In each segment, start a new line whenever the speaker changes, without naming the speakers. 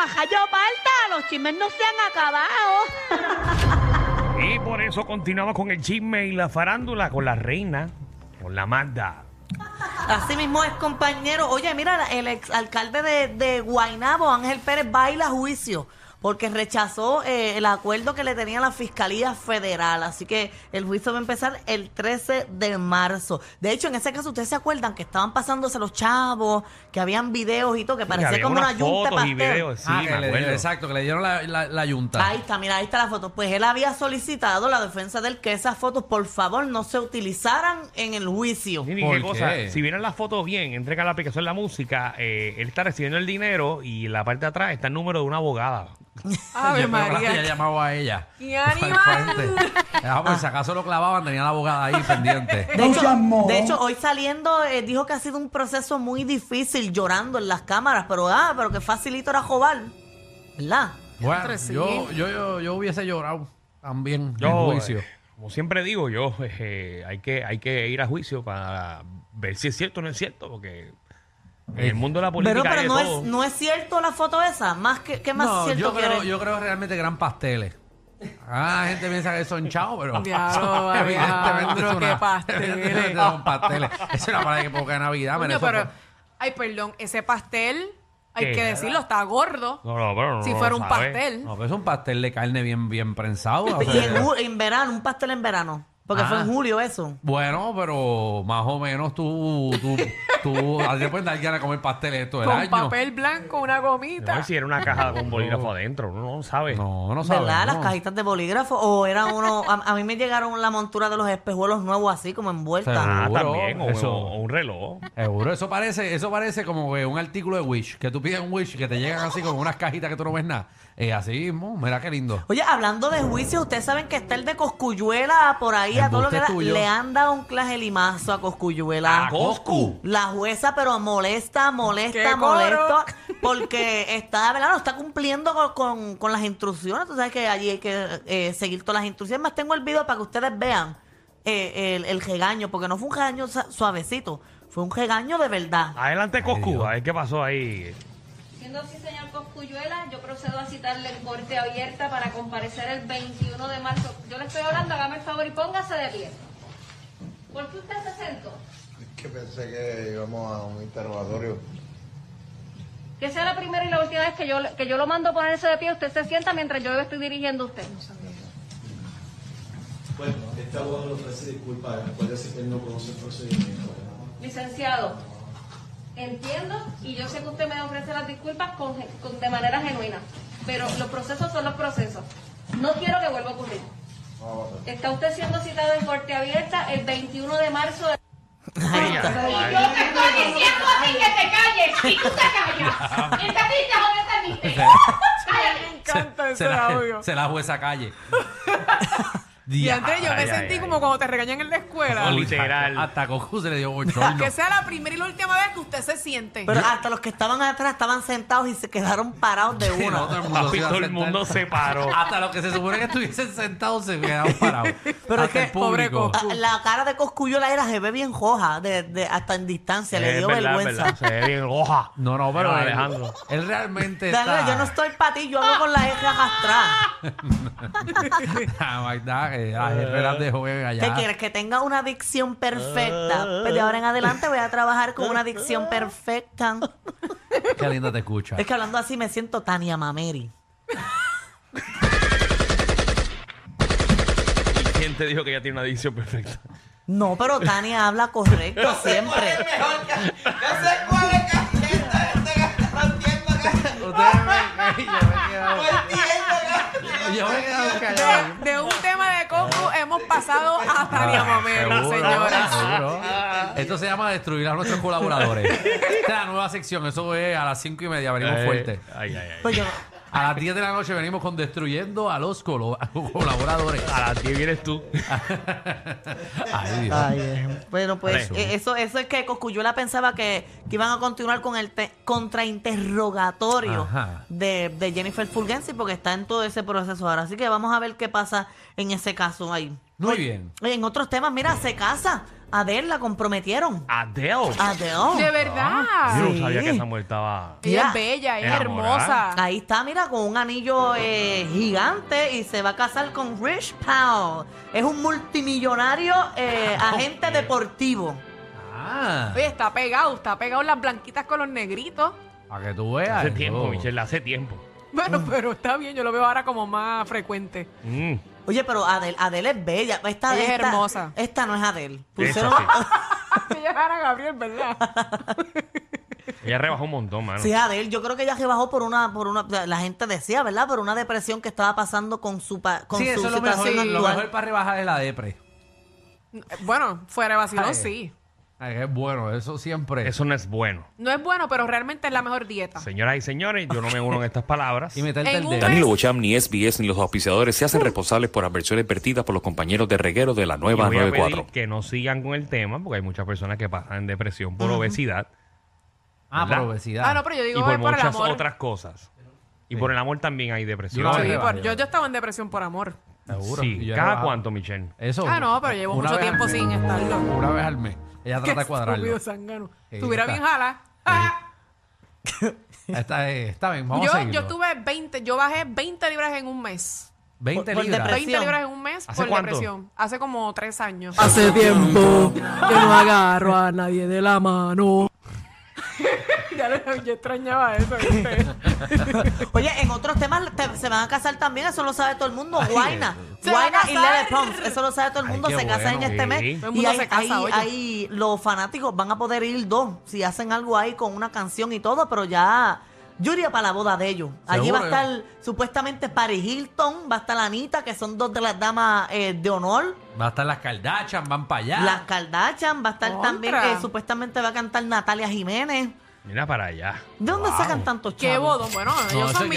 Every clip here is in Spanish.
pajayo palta, los chismes no se han acabado.
Y por eso continuamos con el chisme y la farándula con la reina, con la Magda.
Así mismo es, compañero. Oye, mira, el exalcalde de, de Guaynabo, Ángel Pérez, baila juicio porque rechazó eh, el acuerdo que le tenía la Fiscalía Federal. Así que el juicio va a empezar el 13 de marzo. De hecho, en ese caso, ¿ustedes se acuerdan que estaban pasándose los chavos, que habían videos y todo, que parecía
había
como una
unas
yunta de
fotos y
pastel?
videos, sí,
Ah, que
me
le-
acuerdo.
exacto, que le dieron la, la, la yunta.
Ahí está, mira, ahí está la foto. Pues él había solicitado la defensa del que esas fotos, por favor, no se utilizaran en el juicio.
Nini,
¿Por
qué cosa,
qué?
si vieron las fotos bien, entrega la aplicación la música, eh, él está recibiendo el dinero y en la parte de atrás está el número de una abogada.
Ave
Yo creo que la
María.
había llamado a ella.
¡Qué animal!
Diferente. Ah, por si acaso lo clavaban, tenía la abogada ahí pendiente.
De hecho, de hecho, hoy saliendo eh, dijo que ha sido un proceso muy difícil llorando en las cámaras, pero ah, pero que facilito era jobar, ¿verdad?
Bueno,
Otro sí.
yo, yo, yo, yo hubiese llorado también en
Yo,
juicio.
eh, como siempre digo, yo eh, hay, que, hay que ir a juicio para ver si es cierto o no es cierto, porque en el mundo de la política
Pero, pero
hay de
no,
todo.
es, no es cierto la foto esa, más que qué más
No,
cierto
yo creo,
quieres?
yo creo realmente que eran pasteles. Ah, la gente piensa que son chao, pero.
Diablo,
evidentemente
Alejandro,
son
qué pasteles.
Evidentemente son pasteles. Es una palabra que poca de Navidad, pero Ah,
Coño,
eso
pero,
fue-
ay, perdón, ese pastel, hay
¿Qué?
que decirlo, está gordo.
No, no, pero no
si
lo
fuera un
sabe.
pastel.
No, pero es un pastel de carne bien, bien prensado. o
Y
sea,
en, ju- en verano, un pastel en verano, porque
Ah.
fue en julio eso.
Bueno, pero más o menos tú, tú, tú, a ti te pueden dar ganas de comer pasteles esto del
con
año.
papel blanco, una gomita.
No, si era una caja con bolígrafo adentro, uno no sabe.
No, no sabes.
¿Verdad? Las
no.
cajitas de bolígrafo. O era uno. A, a mí me llegaron la montura de los espejuelos nuevos así, como envuelta.
Seguro.
Ah, también, o,
Eso.
o un reloj.
Seguro, eso parece, eso parece como que un artículo de Wish, que tú pides un Wish, que te llegan así como unas cajitas que tú no ves nada. Eh, así mismo, mira qué lindo.
Oye, hablando de juicios, ustedes saben que está el de Coscuyuela por ahí, a todo lo que da.
Embuste tuyo. Ah,
Le han dado un claje limazo a Coscuyuela.
¿A Coscu?
La jueza, pero molesta, molesta,
¡Qué coro!
molesta, porque está, ¿verdad? No está cumpliendo con, con- con las instrucciones. Tú sabes que allí hay que eh, seguir todas las instrucciones. Más tengo el video para que ustedes vean eh, el, el regaño, porque no fue un regaño sa- suavecito, fue un regaño de verdad.
Ah,
Adelante, Coscu, a ver qué pasó ahí.
Siendo así, señor Coscuyuela, yo procedo a citarle en corte abierta para comparecer el 21 de marzo. Yo le estoy hablando, hágame el favor y póngase de pie. ¿Por qué usted se sentó?
que pensé que íbamos a un interrogatorio.
Que sea la primera y la última vez que yo, que yo lo mando a ponerse de pie, usted se sienta mientras yo estoy dirigiendo a usted.
Bueno, este abogado le ofrece disculpas, acuérdese que él no conoce el procedimiento.
Licenciado, entiendo y yo sé que usted me ofrece las disculpas con- con- de manera genuina, pero los procesos son los procesos. No quiero que vuelva a ocurrir. Está usted siendo citado en corte abierta el 21 de marzo. de-
Ahí está.
Y yo te estoy diciendo a ti que te calles y tú te callas. ¿Entendiste o no entendiste?
Me encanta ese audio.
la, se la jueza calle.
y entre yo me
Ay,
sentí
ay,
como cuando te regañan en la escuela.
Ay. Literal.
Hasta Goku se le dio bochorno.
Que sea la primera y la última vez que usted se siente.
Pero hasta los que estaban atrás estaban sentados y se quedaron parados de
Sí, no,
uno.
todo el mundo se
Papi,
iba a
todo el
sentar.
mundo se paró.
Ah,
Hasta los que se supone que estuviesen sentados se quedaron parados.
Pero
Hasta
es que,
el público.
pobre
Ah, La cara de Coscuyola era se ve bien roja, de, de- hasta en distancia, le
Es
dio
verdad, es
vergüenza.
verdad, Se ve bien hoja.
No, no, pero
Mira,
él-
Alejandro.
Él, realmente
Daniel,
está...
yo no estoy para ti, yo hablo con la eje arrastrada.
Ah, verdad, que la jefe las dejó en allá.
¿Qué quieres? Que tenga una dicción perfecta. Pues de ahora en adelante voy a trabajar con una dicción perfecta.
Qué linda te escucha.
Es que hablando así me siento Tania Mameri.
¿Quién te dijo que ya tiene una adicción perfecta?
No, pero Tania habla correcto siempre.
Ustedes me- yo me he quedado- Yo me he quedado callado.
de, de un tema de Coco hemos pasado a Tania
Ah,
Mamela,
seguro,
señoras.
seguro. Esto se llama destruir a nuestros colaboradores. Esta es la nueva sección. Eso es a las cinco y media. Venimos
Eh,
fuerte.
Ay, ay, ay.
Pues yo,
A las 10 de la noche venimos con destruyendo a los colo- colaboradores.
A las 10 vienes tú.
Ay, Dios.
ay, eh, bueno, pues
Eso.
eh, eso, eso es que Coscuyola pensaba que, que iban a continuar con el te- contrainterrogatorio
Ajá.
de, de Jennifer Fulgensi porque está en todo ese proceso ahora. Así que vamos a ver qué pasa en ese caso ahí.
Muy bien.
En otros temas, mira, se casa. Adele la comprometieron.
Adele.
De
Adele.
Yo
Ah,
verdad.
no sabía
Ah, sí.
que esa mujer estaba.
Ella
Mira.
es bella, ella es
Enamorada.
hermosa.
Ahí está, mira, con un anillo eh, gigante y se va a casar con Rich Powell. Es un multimillonario eh, agente deportivo.
Ah.
Oye, está pegado, está pegado las blanquitas con los negritos.
Para que tú veas.
Hace
yo-
tiempo, Michelle, hace tiempo.
Mm.
Bueno, pero está bien, yo lo veo ahora como más frecuente.
Mm,
Oye, pero Adele, Adele es bella. Esta,
Ella es
esta-
hermosa.
Esta no es Adele.
esa
Pusieron-
Ella es Ana Gabriel, ¿verdad?
sí. Ella rebajó un montón, mano.
Sí, Adel, yo creo que ella rebajó por una, por una, la gente decía, ¿verdad? Por una depresión que estaba pasando con su, pa- con
sí,
su
eso es lo mejor,
situación
lo
actual.
mejor para rebajar es la depre.
Bueno, fuera de
Ay.
vacilón, sí.
Ay, es bueno, eso siempre.
Eso no es bueno.
No es bueno, pero realmente es la mejor dieta.
Señoras y señores, yo no me uno en estas palabras.
Y meterte
En
el
un
dedo.
mes-
Danilo
Pues,
Bocham, ni SBS, ni los auspiciadores se hacen responsables por adversiones vertidas por los compañeros de reguero de
uh.
la
Y
nueva
voy a pedir
94.
que no sigan con el tema, porque hay muchas personas que pasan en depresión por obesidad
Ah, por
¿Verdad?
obesidad.
Ah, no, pero yo
y
digo
por
eh, por el
muchas
amor.
otras cosas. Y por el amor también hay depresión.
Yo
Sí,
Arriba,
por-
arriba.
yo, yo estaba en depresión por amor.
Seguro.
Sí,
Y yo he
¿cada
rebajado.
cuánto, Michelle?
Eso.
Ah, no, pero llevo
una
mucho
vez al
tiempo
mes.
sin estarlo.
Una vez al mes. Ella trata de cuadrarlo.
Estúpido zángano.
Sí,
Estuviera
está.
bien jala. Ah,
Está, eh, está bien, vamos a
yo,
seguirlo.
yo tuve 20, yo bajé 20 libras en un mes.
20
por
libras.
depresión.
20 libras en un mes
¿Hace
por
cuánto?
depresión. Hace como 3 años.
Hace tiempo.
Yo no agarro a nadie de la mano. ya lo, yo extrañaba eso, ¿viste?
Oye, en otros temas te- se van a casar también, eso lo sabe todo el mundo. Guaina.
Se
Guaina
van a
y
casar.
Lele Pons, eso lo sabe todo el
Ay,
mundo,
qué
se casan
bueno,
en este
sí.
mes.
Todo
Y
el mundo
ahí,
se casa,
ahí-
oye.
ahí los fanáticos van a poder ir dos, si hacen algo ahí con una canción y todo, pero ya... Yo iría para la boda de ellos. Allí va a
Seguro,
estar supuestamente Paris Hilton, va a estar Anita, que son dos de las damas eh, de honor.
Va a estar las Kardashian, van para allá.
Las Kardashian, va a estar
Contra.
también, eh, supuestamente va a cantar Natalia Jiménez.
Mira para allá.
¿De dónde sacan tantos
Qué
chavos?
bodo. Bueno,
No,
ellos
eso
son
es gratis,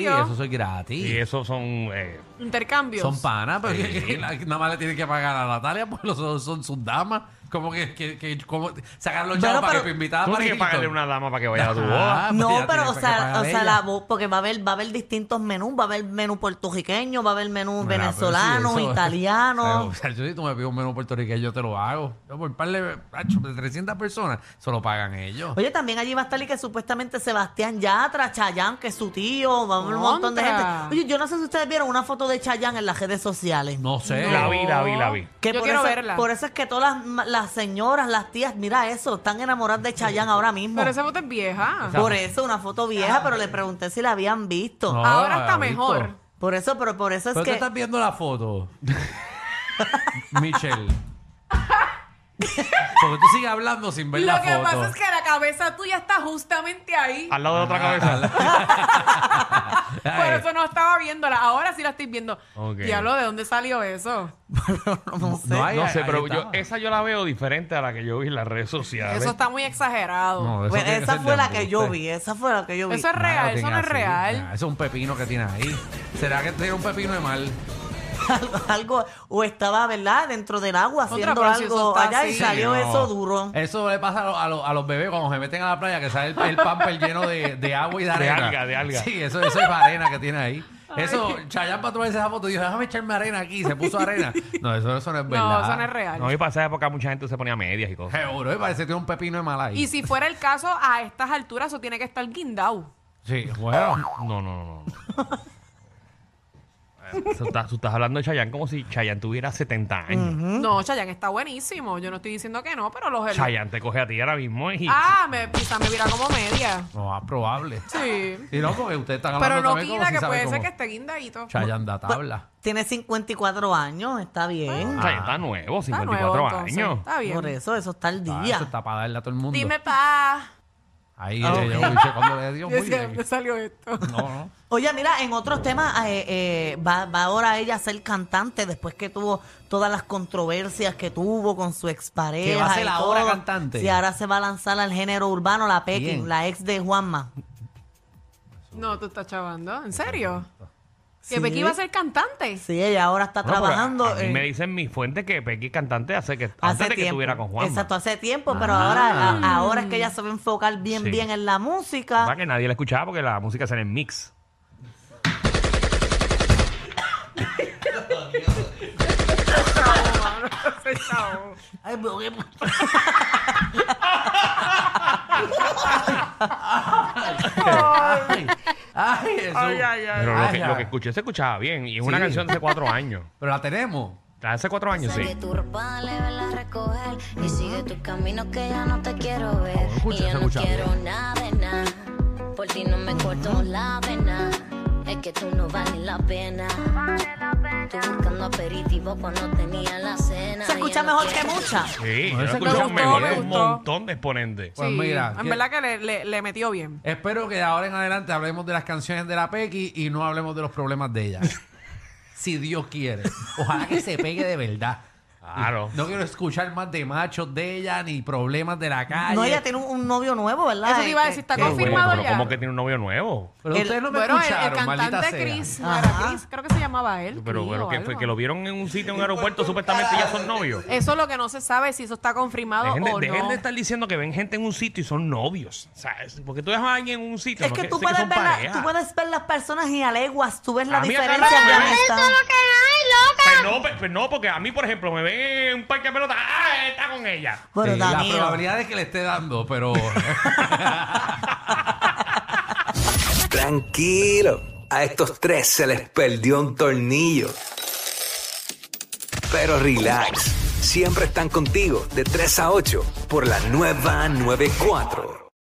millonarios.
Eso es gratis.
Y esos son... eh,
Intercambios.
Son panas, pero que- que la- nada más le tienen que pagar a Natalia, pues los otros son sus damas. Como que, que, que como sacar los
Bueno,
chavos para
pero
que invitada
tú
para
tienes que pagarle una dama para que vaya a tu boda.
Ah, pues
No,
ya
pero
tiene
o
que
sea,
pagar
o sea
ella.
la voz, porque va a haber, va a haber distintos menús, va a haber menú puertorriqueño, va a haber menú
Mira, Ah, pero
venezolano,
sí, eso- oh.
italiano.
O sea, yo si tú me pides un menú puertorriqueño, yo te lo hago. Yo por un par de, acho, de 300 personas, se lo pagan ellos.
Oye, también allí va a estar y que supuestamente Sebastián Yatra, Chayán, que es su tío, va a haber un montón de gente.
Contra.
Oye, yo no sé si ustedes vieron una foto de Chayán en las redes sociales.
no sé.
La vi, la vi, la vi.
Que
yo
por
quiero
eso,
verla.
Por eso es que todas las, ma- las señoras, las tías, mira eso, están enamoradas de Chayán ahora mismo.
Pero esa foto es vieja.
Por eso, una foto vieja, pero le pregunté si la habían visto.
No,
Ahora está
Gabrito.
mejor.
Por eso, pero por eso es
Pero tú
que...
estás viendo la foto. Michelle. Porque tú sigues hablando sin ver la
Lo que
foto.
pasa es que la cabeza tuya está justamente ahí.
Al lado de la
Ah,
otra cabeza.
Por eso no estaba viéndola. Ahora sí la estoy viendo.
Ok.
Diablo, ¿de dónde salió eso?
no sé.
hay-
No sé,
ahí
pero
está.
yo, esa yo la veo diferente a la que yo vi en las redes sociales.
Eso está muy exagerado.
No, eso
Pues
tiene que
esa
ser
fue
de
la que yo
embuste.
vi, esa fue la que yo vi.
Eso es real,
Nada
eso
tiene
no es
así.
real.
Ah, Eso es un pepino que tiene ahí. ¿Será que tiene un pepino de mal?
algo, algo- o estaba, ¿verdad? Dentro del agua
Contra,
haciendo
pero si
algo
eso está
allá y
así.
salió
No. Eh.
eso duro.
Eso le pasa a, lo- a lo- a los bebés cuando se meten a la playa que sale el, el pamper lleno de, de agua y de
De
arena.
alga, de alga.
Sí, eso, eso es arena que tiene ahí. Eso, Chayanne para tomarse esa foto dijo, déjame echarme arena aquí. y Se puso arena. No, eso, eso no es verdad.
No, eso no es real.
No, y para esa época mucha gente se ponía medias y cosas.
Seguro, y parece que tiene un pepino de mal ahí.
Y si fuera el caso, a estas alturas eso tiene que estar guindado.
Sí, bueno.
No, no, no, no. no. Tú estás, tú estás hablando de Chayanne como si Chayanne tuviera 70 años.
¿Mm?
No, Chayanne está buenísimo. Yo no estoy diciendo que no, pero los...
Chayanne te coge a ti ahora mismo y...
Ah, me, quizás me mira como media.
No, más probable.
Sí.
Sí, no, porque ustedes están hablando
Pero no
también como
quita
si
que
sabe
puede ser
cómo.
que esté guindadito.
Chayanne da tabla.
Tiene 54 años, está bien.
Chayanne está nuevo,
Está
54
nuevo, entonces.
años.
Está bien.
Por eso, eso está al
Ah,
día.
Eso está para darle a todo el mundo.
Dime, pa.
Ahí
Ah,
le llegó un bicho cuando le dio
Yo
muy
decía,
bien.
¿dónde salió esto?
No, no.
Oye, mira, en otros temas, eh, eh, va, va ahora ella a ser cantante después que tuvo todas las controversias que tuvo con su expareja.
Que va a ser
y
ahora
todo.
cantante.
Sí, ahora se va a lanzar al género urbano, la Pekin,
Bien.
la ex de Juanma.
No, tú estás chavando. ¿En serio?
Sí.
Que Becky iba a ser cantante.
Pues
Sí, ella ahora está
Bueno, pero
trabajando.
a mí
en-
me dicen mis fuentes que Pequi cantante hace que antes de que estuviera con Juan.
Exacto, hace tiempo, pero
Ah.
ahora, a- ahora es que ella se va a enfocar bien,
Sí.
bien en la música.
que nadie la escuchaba porque la música se en el mix.
Ay, pero qué-
ay, ay, Jesús.
Ay, ay, ay.
Pero lo que,
Ay,
lo que
ay.
escuché se escuchaba bien. Y es una
Sí.
canción de hace cuatro años.
Pero la tenemos.
Hace cuatro años, sí.
Sale tu ropa, le vela a recoger y sigue tu camino que ya no te quiero ver.
Vamos, Oh, escucha,
y yo no
escucha.
quiero nada de nada, por ti no me corto la vena. Es que tú no vales la pena. Tú buscando aperitivo cuando tenía la cena.
Se escucha
ya no
mejor que
quiero-
mucha.
Sí, yo
No,
la
ese
he
me
escuchado
gustó,
mejor
me
que un
gustó.
montón de exponentes.
Pues mira,
en
que-
verdad que le, le- le metió bien.
Espero que de ahora en adelante hablemos de las canciones de la Pequi y no hablemos de los problemas de ella. si Dios quiere. Ojalá que se pegue de verdad.
Claro.
No quiero escuchar más de machos de ella ni problemas de la calle.
No, ella tiene un, un novio nuevo, ¿verdad?
eh.
Eh,
Eso te iba a decir, está
Pero,
confirmado
pero
ya.
¿cómo que tiene un novio nuevo?
Pero
el-
ustedes no me
bueno, el- el,
escucharon, maldita
cantante
sea.
Chris,
Ajá.
era Chris, creo que se llamaba él.
Pero,
Chris
pero
o
que,
algo.
fue que lo vieron en un sitio, en un aeropuerto, supuestamente ya son novios.
Eso es lo que no se sabe si eso está
Ah,
confirmado
Dejen de,
o
dejen
no.
de estar diciendo que ven gente en un sitio y son novios. O sea, es- porque tú dejas a alguien en un sitio.
Es
no
que tú
quiere decir
puedes, ver la-
pareja.
tú puedes ver las personas y a leguas, tú ves la
A mí acá
diferencia
no me
de
ven.
amistad.
Pues no, pues, pues no, porque a mí, por ejemplo, me ven en un parque de pelota. ¡Ah! Está con ella.
Bueno,
Sí, la
Danilo.
probabilidad es que le esté dando, pero.
Tranquilo, a estos tres se les perdió un tornillo. Pero relax, siempre están contigo de 3 a 8 por la nueva 94.